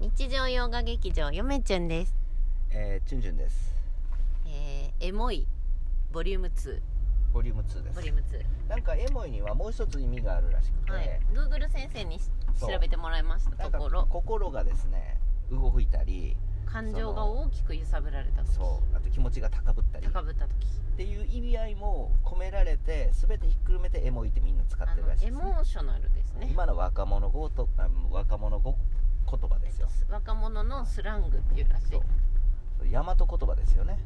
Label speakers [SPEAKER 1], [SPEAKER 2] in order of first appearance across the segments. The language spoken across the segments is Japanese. [SPEAKER 1] 日常洋画劇場よめちゅんです、
[SPEAKER 2] えー、チュンチュンです。
[SPEAKER 1] えー、エモいボリューム2
[SPEAKER 2] ボリューム2で
[SPEAKER 1] ボリ
[SPEAKER 2] す
[SPEAKER 1] ュー。ム2
[SPEAKER 2] なんかエモいにはもう一つ意味があるらしくて、
[SPEAKER 1] はい、Google 先生にし
[SPEAKER 2] そう
[SPEAKER 1] 調べてもらいました
[SPEAKER 2] な
[SPEAKER 1] と
[SPEAKER 2] んか
[SPEAKER 1] ころ
[SPEAKER 2] 心がですね、動いたり、
[SPEAKER 1] 感情が大きく揺さぶられた時
[SPEAKER 2] そう、あと気持ちが高ぶったり
[SPEAKER 1] 高ぶった時
[SPEAKER 2] っていう意味合いも込められて、すべてひっくるめてエモいってみんな使っ
[SPEAKER 1] あ
[SPEAKER 2] てる
[SPEAKER 1] の
[SPEAKER 2] らしい
[SPEAKER 1] エ
[SPEAKER 2] です、ね。
[SPEAKER 1] モーショナルですね
[SPEAKER 2] 今の若者語とあ若者語言葉
[SPEAKER 1] え
[SPEAKER 2] で
[SPEAKER 1] っ
[SPEAKER 2] す
[SPEAKER 1] と
[SPEAKER 2] よ。、
[SPEAKER 1] 若者のスラングっていうらしい
[SPEAKER 2] そ
[SPEAKER 1] そうう
[SPEAKER 2] 大和言葉ですよね。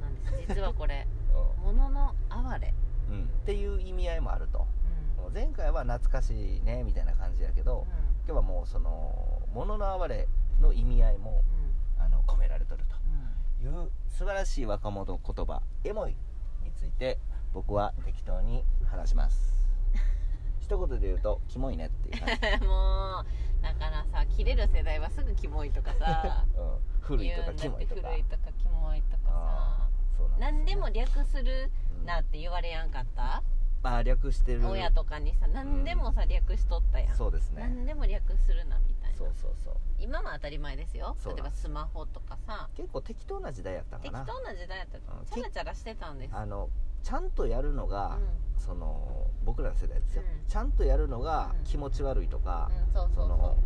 [SPEAKER 1] なんです実はこ れ「ものの哀れ
[SPEAKER 2] うん、うんっていう意味合いもあると。」
[SPEAKER 1] うん
[SPEAKER 2] 前回は懐かしいねみたいな感じだけど。
[SPEAKER 1] うん
[SPEAKER 2] 今日はもうその「ものの哀れ」の意味合いもあの込められとるという素晴らしい若者言葉「エモい」について僕は適当に話 します一言で言うと「キモいね」っていう感じ、
[SPEAKER 1] うんもうだからさ切れる世代はすぐキモいとかさ
[SPEAKER 2] うん、 古いとか
[SPEAKER 1] 言
[SPEAKER 2] キ
[SPEAKER 1] うんだっ
[SPEAKER 2] モ
[SPEAKER 1] て
[SPEAKER 2] いとか
[SPEAKER 1] 古いとかキモいとかさ
[SPEAKER 2] あそうなん
[SPEAKER 1] 何
[SPEAKER 2] す
[SPEAKER 1] でも略する
[SPEAKER 2] うん
[SPEAKER 1] なって言われやんかった、
[SPEAKER 2] まあ略してる
[SPEAKER 1] 親とかにさ何でもさ略しとったやん、
[SPEAKER 2] そうですね
[SPEAKER 1] 何でも略するなみたいな
[SPEAKER 2] そうそうそう
[SPEAKER 1] 今も当たり前ですよ
[SPEAKER 2] そ
[SPEAKER 1] 例
[SPEAKER 2] う
[SPEAKER 1] え
[SPEAKER 2] なん
[SPEAKER 1] ば
[SPEAKER 2] で
[SPEAKER 1] スマホとかさ
[SPEAKER 2] 結構適当な時代やったか
[SPEAKER 1] 適
[SPEAKER 2] な
[SPEAKER 1] 当な時代やった
[SPEAKER 2] うん
[SPEAKER 1] チャラチャラしてたんです
[SPEAKER 2] あのちゃんとやるの
[SPEAKER 1] うん、う
[SPEAKER 2] が、
[SPEAKER 1] ん、
[SPEAKER 2] その僕らの世代ですよ、
[SPEAKER 1] うん
[SPEAKER 2] ちゃんとやるのが
[SPEAKER 1] うん
[SPEAKER 2] 気持ち悪いとか、
[SPEAKER 1] そうそ
[SPEAKER 2] そ
[SPEAKER 1] そ
[SPEAKER 2] う
[SPEAKER 1] う
[SPEAKER 2] の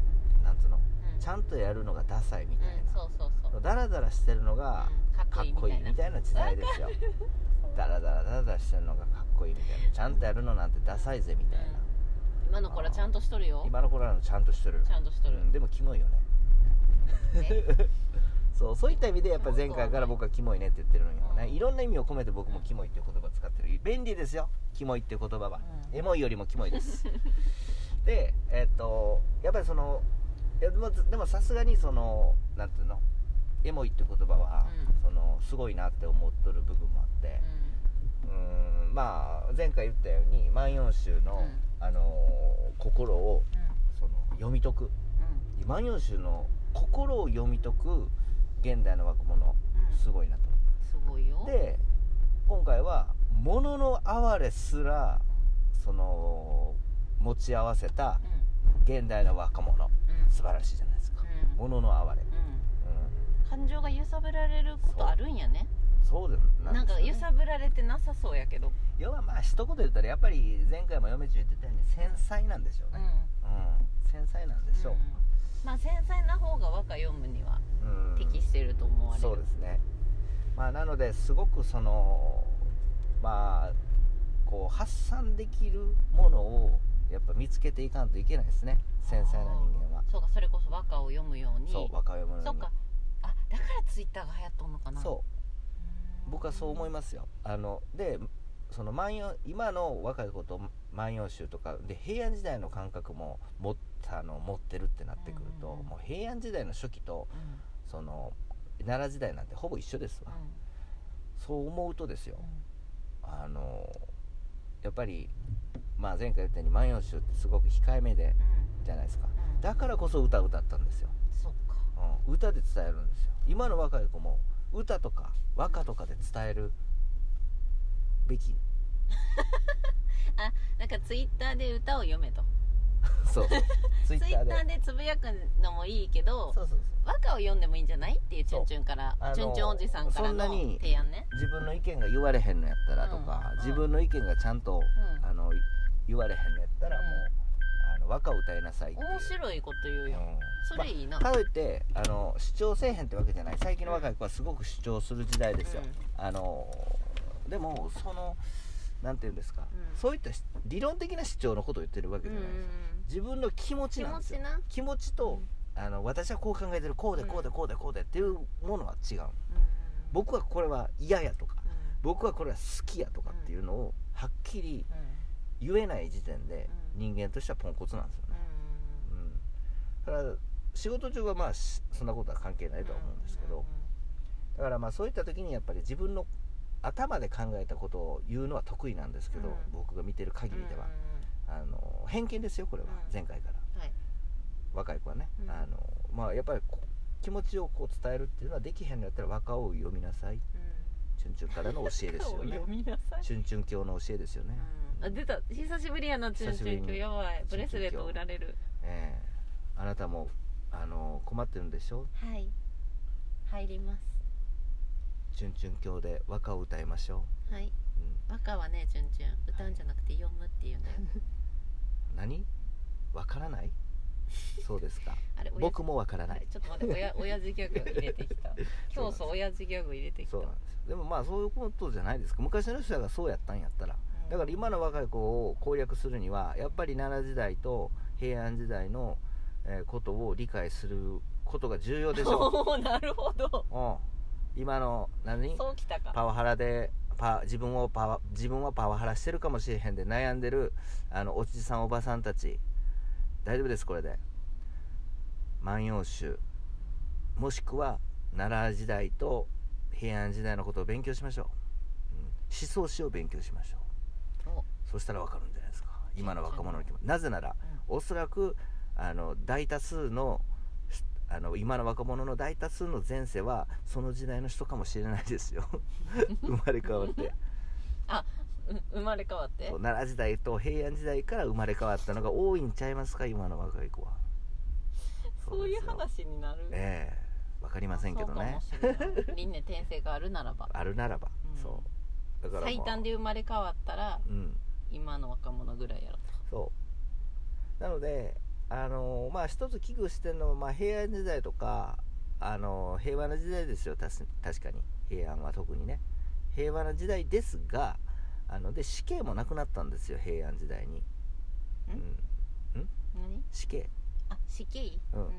[SPEAKER 2] なんつうの
[SPEAKER 1] うん
[SPEAKER 2] ちゃんとやるのがダサいみたい
[SPEAKER 1] うんそうそうそう
[SPEAKER 2] な、ダラダラしてるのが
[SPEAKER 1] うんかっ
[SPEAKER 2] か
[SPEAKER 1] こ
[SPEAKER 2] っ
[SPEAKER 1] いいみ
[SPEAKER 2] こ
[SPEAKER 1] た
[SPEAKER 2] いい
[SPEAKER 1] いな
[SPEAKER 2] みたいな時代ですよダラダラダラダラしてるのがかっこいいみたいなちゃんとやるのなんてダサいぜみたいな、
[SPEAKER 1] 今の子らちゃんとしとるよ
[SPEAKER 2] 今の子らのちゃんとしてる
[SPEAKER 1] ちゃんとしとる
[SPEAKER 2] う、んでもキモいよね
[SPEAKER 1] ね
[SPEAKER 2] そうそういった意味でやっぱ前回から僕はキモいねって言ってるのよね、
[SPEAKER 1] うん
[SPEAKER 2] いろんな意味を込めて僕もキモいっていう言葉使ってる便利ですよキモいっていう言葉は、
[SPEAKER 1] うん
[SPEAKER 2] エモいよりもキモいですでえっとやっぱりそのいやでもでもさすがにそのなんていうのエモいって言葉は、
[SPEAKER 1] うん
[SPEAKER 2] そのすごいなって思っとる部分もあってうーんまあ前回言ったように「万葉集の」あのー心を
[SPEAKER 1] うん
[SPEAKER 2] その読み解く
[SPEAKER 1] う
[SPEAKER 2] 「万葉集」の心を読み解く現代の若者
[SPEAKER 1] んうんうん
[SPEAKER 2] すごいなと。
[SPEAKER 1] すごいよ
[SPEAKER 2] で今回は「ものの哀れ」すらその持ち合わせた
[SPEAKER 1] うん
[SPEAKER 2] 現代の若者
[SPEAKER 1] うんうん
[SPEAKER 2] 素晴らしいじゃないですか「ものの哀れ」
[SPEAKER 1] う
[SPEAKER 2] うん
[SPEAKER 1] 感情が揺さぶられることあるんやね
[SPEAKER 2] ん、そうで
[SPEAKER 1] な
[SPEAKER 2] なんんです
[SPEAKER 1] か
[SPEAKER 2] よ
[SPEAKER 1] 揺
[SPEAKER 2] ね
[SPEAKER 1] さぶられてなさそうやけど
[SPEAKER 2] 要はまあ一言で言ったらやっぱり前回も嫁ちゃん言ってたように繊細なんでしょう
[SPEAKER 1] う
[SPEAKER 2] ね、うん、繊細なんでしょう、
[SPEAKER 1] まあ繊細な方が和歌読むには
[SPEAKER 2] うん
[SPEAKER 1] 適してると思われる
[SPEAKER 2] そうですねまあなのですごくそのまあこう発散できるものをやっぱ見つけていかんといけないですね繊細な人間は
[SPEAKER 1] そうかそれこそ和歌を読むように
[SPEAKER 2] そう若い者に
[SPEAKER 1] そうかあだからツイッターが流行っとんのかな
[SPEAKER 2] そう
[SPEAKER 1] う
[SPEAKER 2] 僕はそう思い
[SPEAKER 1] ま
[SPEAKER 2] ますよあのでその万葉今の若い子と「万葉集」とかで平安時代の感覚も持ったの持ってるってなってくると、
[SPEAKER 1] うんうんうん
[SPEAKER 2] もう平安時代の初期と
[SPEAKER 1] す、うん
[SPEAKER 2] その奈良時代なんてほぼ一緒ですわ、そう思うとですよあのやっぱり、まあ、前回言ったように「万葉集」ってすごく控えめでじゃないですかだからこそ歌を歌ったんですよ、
[SPEAKER 1] そっか
[SPEAKER 2] うん、歌で伝えるんですよ今の若い子も歌とか和歌とかで伝えるべき
[SPEAKER 1] なんかツイッターで歌を読めと
[SPEAKER 2] そうツ
[SPEAKER 1] ツ
[SPEAKER 2] イ
[SPEAKER 1] イ
[SPEAKER 2] ッ
[SPEAKER 1] ッタ
[SPEAKER 2] ターで
[SPEAKER 1] ーでつぶやくのもいいけど
[SPEAKER 2] そうそうそう
[SPEAKER 1] 和歌を読んでもいいんじゃないっていうチュンチュンから
[SPEAKER 2] そうあの
[SPEAKER 1] チュンチュンおじさんから
[SPEAKER 2] そんな
[SPEAKER 1] の
[SPEAKER 2] に
[SPEAKER 1] 提案ね
[SPEAKER 2] 自分の意見が言われへんのやったらとか、
[SPEAKER 1] うんうん
[SPEAKER 2] 自分の意見がちゃんと、
[SPEAKER 1] うん
[SPEAKER 2] あの言われへんのやったらもう、あの和歌を歌いなさいっていう
[SPEAKER 1] 面白いこと言うよ
[SPEAKER 2] うん
[SPEAKER 1] それいいな
[SPEAKER 2] かといってあの主張せえへんってわけじゃない最近の若い子はすごく主張する時代ですよ、あのでもそのなんていうんですか、
[SPEAKER 1] うん
[SPEAKER 2] そういったし理論的な主張のことを言ってるわけ
[SPEAKER 1] う
[SPEAKER 2] じ
[SPEAKER 1] ん
[SPEAKER 2] ゃないです、自分の気持ち
[SPEAKER 1] 気
[SPEAKER 2] なん
[SPEAKER 1] 持
[SPEAKER 2] です
[SPEAKER 1] ち
[SPEAKER 2] よ
[SPEAKER 1] な
[SPEAKER 2] 気持ちと、あの私はこう考えてるこうで
[SPEAKER 1] うん
[SPEAKER 2] こうでこうでこうでっていうものは違う、僕はこれは嫌やとか僕はこれは好きやとかっていうのをはっきり言えない時点で
[SPEAKER 1] うん
[SPEAKER 2] 人間としてはポンコツなんですよね、うん、だから仕事中はまあしそんなことは関係ないとは思うんですけど、だからまあそういった時にやっぱり自分の頭で考えたことを言うのは得意なんですけど、
[SPEAKER 1] うん
[SPEAKER 2] 僕が見てる限りでは、あの偏見ですよこれは、
[SPEAKER 1] うん
[SPEAKER 2] 前回から、
[SPEAKER 1] はい
[SPEAKER 2] 若い子はね、
[SPEAKER 1] うん
[SPEAKER 2] あのまあやっぱりこう気持ちをこう伝えるっていうのはできへんのやったら和歌を読みなさいチュンチュンからの教えですよね
[SPEAKER 1] 読みなさい
[SPEAKER 2] チュンチュン教の教えですよね、
[SPEAKER 1] あ出た久しぶりやなチュンチュン今日やばいブレスレット売られる
[SPEAKER 2] ええあなたもあの困ってるんでしょ
[SPEAKER 1] はい入ります
[SPEAKER 2] チュンチュン教で和歌を歌いましょ、
[SPEAKER 1] はいう
[SPEAKER 2] う
[SPEAKER 1] 和歌はねじゅんじゅん歌うんじゃなくて読むっていうのよ、
[SPEAKER 2] ん、何わからないそうですか
[SPEAKER 1] あれ親父
[SPEAKER 2] 僕もわから
[SPEAKER 1] あ
[SPEAKER 2] ない
[SPEAKER 1] れちょっと待って親親父ギャグ入れてきた
[SPEAKER 2] そう
[SPEAKER 1] 教
[SPEAKER 2] なんです
[SPEAKER 1] 祖親父ギャグ入れてきた
[SPEAKER 2] そうなんですでもまあそういうことじゃないですか昔の人がそうやったんやったら
[SPEAKER 1] うん
[SPEAKER 2] だから今の若い子を攻略するにはやっぱり奈良時代と平安時代の、えーことを理解することが重要で しょ
[SPEAKER 1] おーなるほど
[SPEAKER 2] う、うん、今の何
[SPEAKER 1] そうきたか
[SPEAKER 2] パワハラでパ自分をパワ自分はパワハラしてるかもしれへんで悩んでるあのおじさんおばさんたち大丈夫ですこれで「万葉集」もしくは奈良時代と平安時代のことを勉強しましょう、うん、思想史を勉強しましょ
[SPEAKER 1] お
[SPEAKER 2] うそしたらわかるんじゃないですか今の若者の気持ちなぜならおそらくあの大多数のしあの今の若者の大多数の前世はその時代の人かもしれないです よ生まれ変わって
[SPEAKER 1] うんう生まれ変わって
[SPEAKER 2] そう奈良時代と平安時代から生まれ変わったのが多いんちゃいますか今の若い子は
[SPEAKER 1] そういう
[SPEAKER 2] ですよ
[SPEAKER 1] 話になる
[SPEAKER 2] ええわかりませんけどね
[SPEAKER 1] そうかもしれない輪廻転生があるならば
[SPEAKER 2] あるならば、
[SPEAKER 1] うん
[SPEAKER 2] そうだからもう
[SPEAKER 1] 最短で生まれ変わったら
[SPEAKER 2] うん
[SPEAKER 1] 今の若者ぐらいやろ
[SPEAKER 2] そうなのであのまあ一つ危惧してるのは、まあ、平安時代とかあの平和な時代ですよたし確かに平安は特にね平和な時代ですがあので死刑もなくなったんですよ平安時代に、
[SPEAKER 1] ん
[SPEAKER 2] うん、
[SPEAKER 1] 何
[SPEAKER 2] 死刑
[SPEAKER 1] あ死刑
[SPEAKER 2] うん
[SPEAKER 1] うん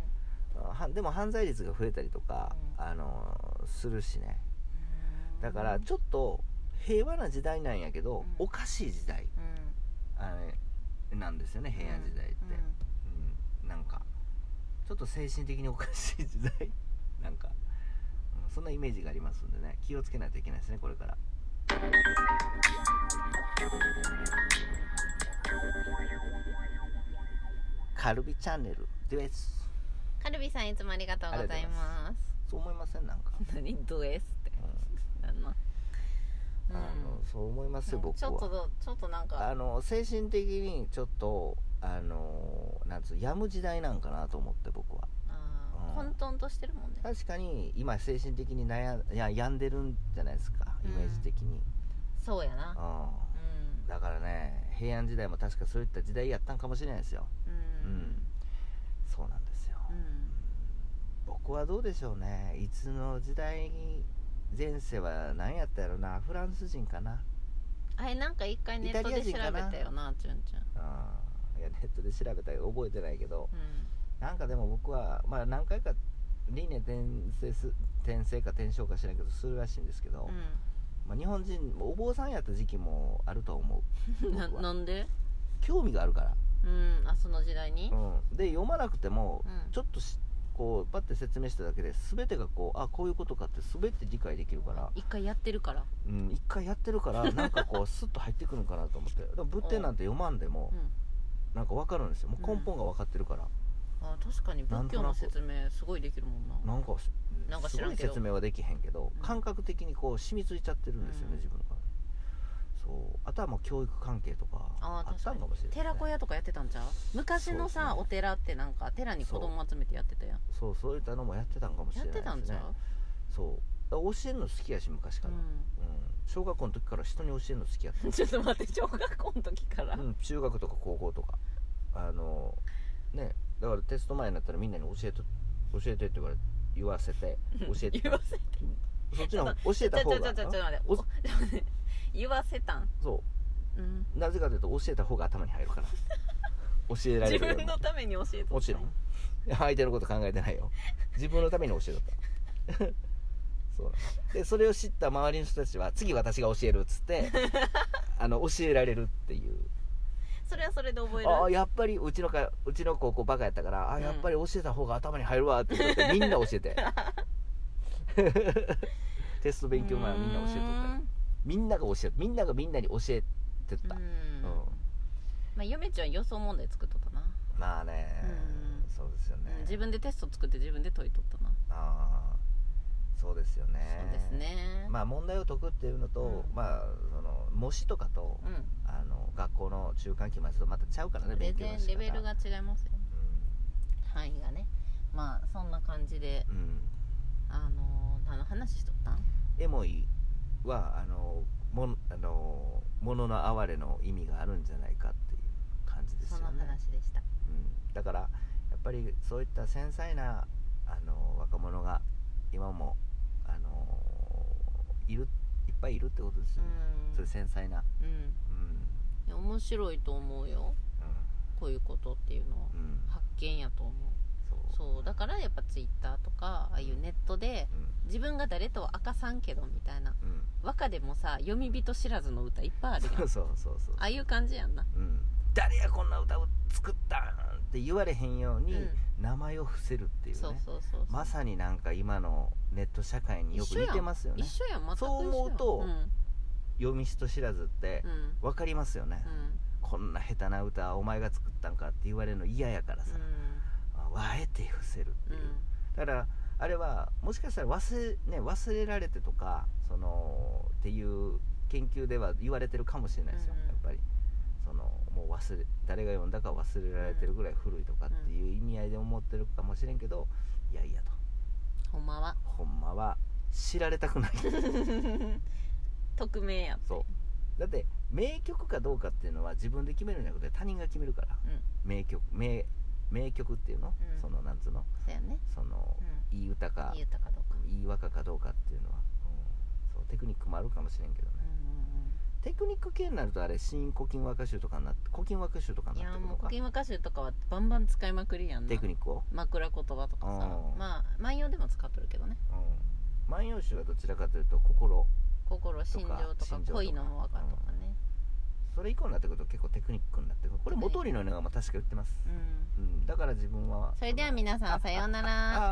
[SPEAKER 2] あはでも犯罪率が増えたりとか、
[SPEAKER 1] うん
[SPEAKER 2] あのするしねだか
[SPEAKER 1] う
[SPEAKER 2] ら
[SPEAKER 1] ん
[SPEAKER 2] ちょっと平和な時代なんやけど、
[SPEAKER 1] うん
[SPEAKER 2] おかしい時代
[SPEAKER 1] うん
[SPEAKER 2] あれなんですよね平安時代って、うん、なんかちょっと精神的におかしい時代 なんか、うんそんなイメージがありますんでね気をつけないといけないですねこれからカルビチャンネルです
[SPEAKER 1] カルビさんいつもありがとうございます
[SPEAKER 2] そう思いませんなんか、
[SPEAKER 1] 何ドエスって
[SPEAKER 2] う
[SPEAKER 1] なんなん
[SPEAKER 2] ん、あのそう思いますよ僕
[SPEAKER 1] ち
[SPEAKER 2] は
[SPEAKER 1] ょっとどちょっとなんか
[SPEAKER 2] あの精神的にちょっとあのなんつうやむ時代なんかなと思って僕は
[SPEAKER 1] あー
[SPEAKER 2] うん
[SPEAKER 1] 混沌としてるもんね
[SPEAKER 2] 確かに今精神的に悩んいや病んでるんじゃないですかイ
[SPEAKER 1] うん
[SPEAKER 2] メージ的に、
[SPEAKER 1] そうやな
[SPEAKER 2] う
[SPEAKER 1] うん
[SPEAKER 2] ん、だからね平安時代も確かそういった時代やったんかもしれないですよ
[SPEAKER 1] う
[SPEAKER 2] うん、
[SPEAKER 1] ん
[SPEAKER 2] そうなんですよ、
[SPEAKER 1] うん
[SPEAKER 2] 僕はどうでしょうねいつの時代に前世は何やったやろなフランス人かな
[SPEAKER 1] あれなんか一回ネットで調べたよなちゅんちゅん
[SPEAKER 2] うんいやネットで調べたけど覚えてないけど
[SPEAKER 1] うん
[SPEAKER 2] なんかでも僕はまあ何回か輪廻転生す転生か転生か知らんけどするらしいんですけど、まあ、日本人お坊さんやった時期もあると思う
[SPEAKER 1] うん、な
[SPEAKER 2] 僕は
[SPEAKER 1] なんで
[SPEAKER 2] 興味があるから、
[SPEAKER 1] うんあその時代に
[SPEAKER 2] うん、で読まなくても
[SPEAKER 1] うん
[SPEAKER 2] ちょっとしこうパッて説明しただけで全てがこうあこういうことかって全て理解できるから、
[SPEAKER 1] 一回やってるから
[SPEAKER 2] うん、一回やって るからなんかこうスッと入ってくるんかなと思ってでも仏典なんて読まんでも
[SPEAKER 1] うん
[SPEAKER 2] なんか分かるんですよもう根本が分かってるから、
[SPEAKER 1] あ確かに
[SPEAKER 2] なん
[SPEAKER 1] 仏
[SPEAKER 2] と
[SPEAKER 1] 教
[SPEAKER 2] な
[SPEAKER 1] の
[SPEAKER 2] く
[SPEAKER 1] 説明すごいできるもんな
[SPEAKER 2] なんか
[SPEAKER 1] なんか
[SPEAKER 2] す
[SPEAKER 1] 知ら
[SPEAKER 2] ご
[SPEAKER 1] ん
[SPEAKER 2] い
[SPEAKER 1] けど
[SPEAKER 2] 説明はできへんけど、
[SPEAKER 1] うん
[SPEAKER 2] 感覚的にこう染みついちゃってるんですよね、
[SPEAKER 1] うん
[SPEAKER 2] 自分の中にそうあとはもう教育関係とか
[SPEAKER 1] あ
[SPEAKER 2] あ
[SPEAKER 1] ー
[SPEAKER 2] ったんかもしれない、
[SPEAKER 1] 寺子屋とかやってたんちゃう昔のさ、
[SPEAKER 2] そうですね
[SPEAKER 1] お寺ってなんか寺に子供集めてやってたやん
[SPEAKER 2] そうそういったのもやってたんかもし
[SPEAKER 1] や
[SPEAKER 2] れ
[SPEAKER 1] っ
[SPEAKER 2] ないで
[SPEAKER 1] て
[SPEAKER 2] す
[SPEAKER 1] たんち
[SPEAKER 2] ね
[SPEAKER 1] ゃう、
[SPEAKER 2] そうだから教えるの好きやし昔から、うん
[SPEAKER 1] う
[SPEAKER 2] 小学校の時から人に教えるの好きやっ
[SPEAKER 1] ん、 ちょっと待って小学校の時から、
[SPEAKER 2] た、うん、中学とか高校とかあのねだからテスト前になったらみんなに教えと教えてって言われ言わせ て教えて
[SPEAKER 1] 言わせて
[SPEAKER 2] そっちの方教えた方
[SPEAKER 1] ち
[SPEAKER 2] が
[SPEAKER 1] ょちょちょちょ待って
[SPEAKER 2] お
[SPEAKER 1] おちょ待って言わせたん、
[SPEAKER 2] そ
[SPEAKER 1] うん、
[SPEAKER 2] うなぜかというと教えた方が頭に入 るから教えられ
[SPEAKER 1] 自
[SPEAKER 2] るより
[SPEAKER 1] 分
[SPEAKER 2] も
[SPEAKER 1] のために教えて
[SPEAKER 2] もちろんいや 相手のこと考えてないよ自分のために教えとった そうなのでそれを知った周りの人たちは次私が教えるっつって あの教えられるっていう
[SPEAKER 1] それはそれで覚える
[SPEAKER 2] ああやっぱりうちのかうちの高校バカやったからあ
[SPEAKER 1] う
[SPEAKER 2] ー
[SPEAKER 1] ん
[SPEAKER 2] やっぱり教えた方が頭に入るわって 言ってみんな教えてテスト勉強前はみんな教えとったみんなが教えみんながみんなに教えてった、
[SPEAKER 1] うーん
[SPEAKER 2] うん
[SPEAKER 1] まあ、ゆめちゃん予想問題作っとったな、
[SPEAKER 2] まあね
[SPEAKER 1] うん
[SPEAKER 2] そうですよね
[SPEAKER 1] うん自分でテスト作って自分で解いとったな、
[SPEAKER 2] ああそうですよね
[SPEAKER 1] そうですね
[SPEAKER 2] まあ問題を解くっていうのと、
[SPEAKER 1] うん
[SPEAKER 2] まあその模試とかと、
[SPEAKER 1] うん
[SPEAKER 2] あの学校の中間期末とまたちゃうからね勉
[SPEAKER 1] 全
[SPEAKER 2] 強
[SPEAKER 1] 然
[SPEAKER 2] の仕
[SPEAKER 1] レ
[SPEAKER 2] 方
[SPEAKER 1] ベルが違いますよ
[SPEAKER 2] うん
[SPEAKER 1] 範囲がねまあそんな感じで
[SPEAKER 2] うん、
[SPEAKER 1] あのー何の話しとったん
[SPEAKER 2] エモいはあのもんあのものの哀れの意味があるんじゃないかっていう感じです
[SPEAKER 1] そ
[SPEAKER 2] よ
[SPEAKER 1] の
[SPEAKER 2] ね、
[SPEAKER 1] 話でした
[SPEAKER 2] うん、だからやっぱりそういった繊細なあの若者が今もあのいるいっぱいいるってことで
[SPEAKER 1] う
[SPEAKER 2] すよ
[SPEAKER 1] ん
[SPEAKER 2] ね、そういう繊細な、
[SPEAKER 1] うん
[SPEAKER 2] う
[SPEAKER 1] いや面白いと思うよこういうことっていうのは
[SPEAKER 2] んうんうん、
[SPEAKER 1] 発見やと思う
[SPEAKER 2] そう
[SPEAKER 1] そうだからやっぱツイッターとかああいうネットで自分が誰とは明かさんけどみたいな
[SPEAKER 2] うんうん
[SPEAKER 1] 和歌でもさ読み人知らずの歌いっぱいあるやん
[SPEAKER 2] そうそうそうそう
[SPEAKER 1] ああいう感じやんな
[SPEAKER 2] うん、誰やこんな歌を作ったんって言われへんように
[SPEAKER 1] うん
[SPEAKER 2] 名前を伏せるっていうね、
[SPEAKER 1] そうそうそう
[SPEAKER 2] まさになんか今のネット社会によく似てますよね
[SPEAKER 1] 一緒やん全く一緒
[SPEAKER 2] そう思うと読み人知らずって
[SPEAKER 1] うんうん
[SPEAKER 2] 分かりますよね、
[SPEAKER 1] うん
[SPEAKER 2] こんな下手な歌お前が作ったんかって言われるの嫌やからさ、ああえて伏せるって
[SPEAKER 1] う
[SPEAKER 2] い
[SPEAKER 1] ん
[SPEAKER 2] う、だからあれはもしかしたら忘れ,、ね、忘れられてとかそのっていう研究では言われてるかもしれないですよ、
[SPEAKER 1] うんうん
[SPEAKER 2] やっぱりそのもう忘れ誰が読んだか忘れられてるぐらい古いとかっていう意味合いで思ってるかもしれんけど、いやいやと
[SPEAKER 1] ほんま は
[SPEAKER 2] ほんまは知られた くない
[SPEAKER 1] 匿名やって
[SPEAKER 2] そうだって名曲かどうかっていうのは自分で決めるんじゃなくて他人が決めるから、
[SPEAKER 1] うん
[SPEAKER 2] 名曲名名曲っていうの、
[SPEAKER 1] うん
[SPEAKER 2] そのなんつうの
[SPEAKER 1] そうやね
[SPEAKER 2] その、いい歌
[SPEAKER 1] う
[SPEAKER 2] か
[SPEAKER 1] ん言ったかどうか
[SPEAKER 2] いい和歌かどうかっていうのは、うんそうテクニックもあるかもしれんけどね、
[SPEAKER 1] う
[SPEAKER 2] テクニック系になるとあれ新古今和歌集とかになって古今和歌集とか
[SPEAKER 1] んうんうんい
[SPEAKER 2] にな
[SPEAKER 1] や
[SPEAKER 2] ってくる
[SPEAKER 1] もう
[SPEAKER 2] のか
[SPEAKER 1] 古今和歌集とかはバンバン使いまくりやんな
[SPEAKER 2] テクニックを、
[SPEAKER 1] 枕言葉とかさ
[SPEAKER 2] うん
[SPEAKER 1] まあ万葉でも使っとるけどね
[SPEAKER 2] うん、万葉集はどちらかというと心
[SPEAKER 1] 心心情とか
[SPEAKER 2] 心情とか
[SPEAKER 1] 恋の和歌とかね
[SPEAKER 2] それ以降になってくると結構テクニックになってくるこれ元利のねがまあ確か言ってます、
[SPEAKER 1] うん
[SPEAKER 2] うん、だから自分は
[SPEAKER 1] それでは皆さんさようなら
[SPEAKER 2] あ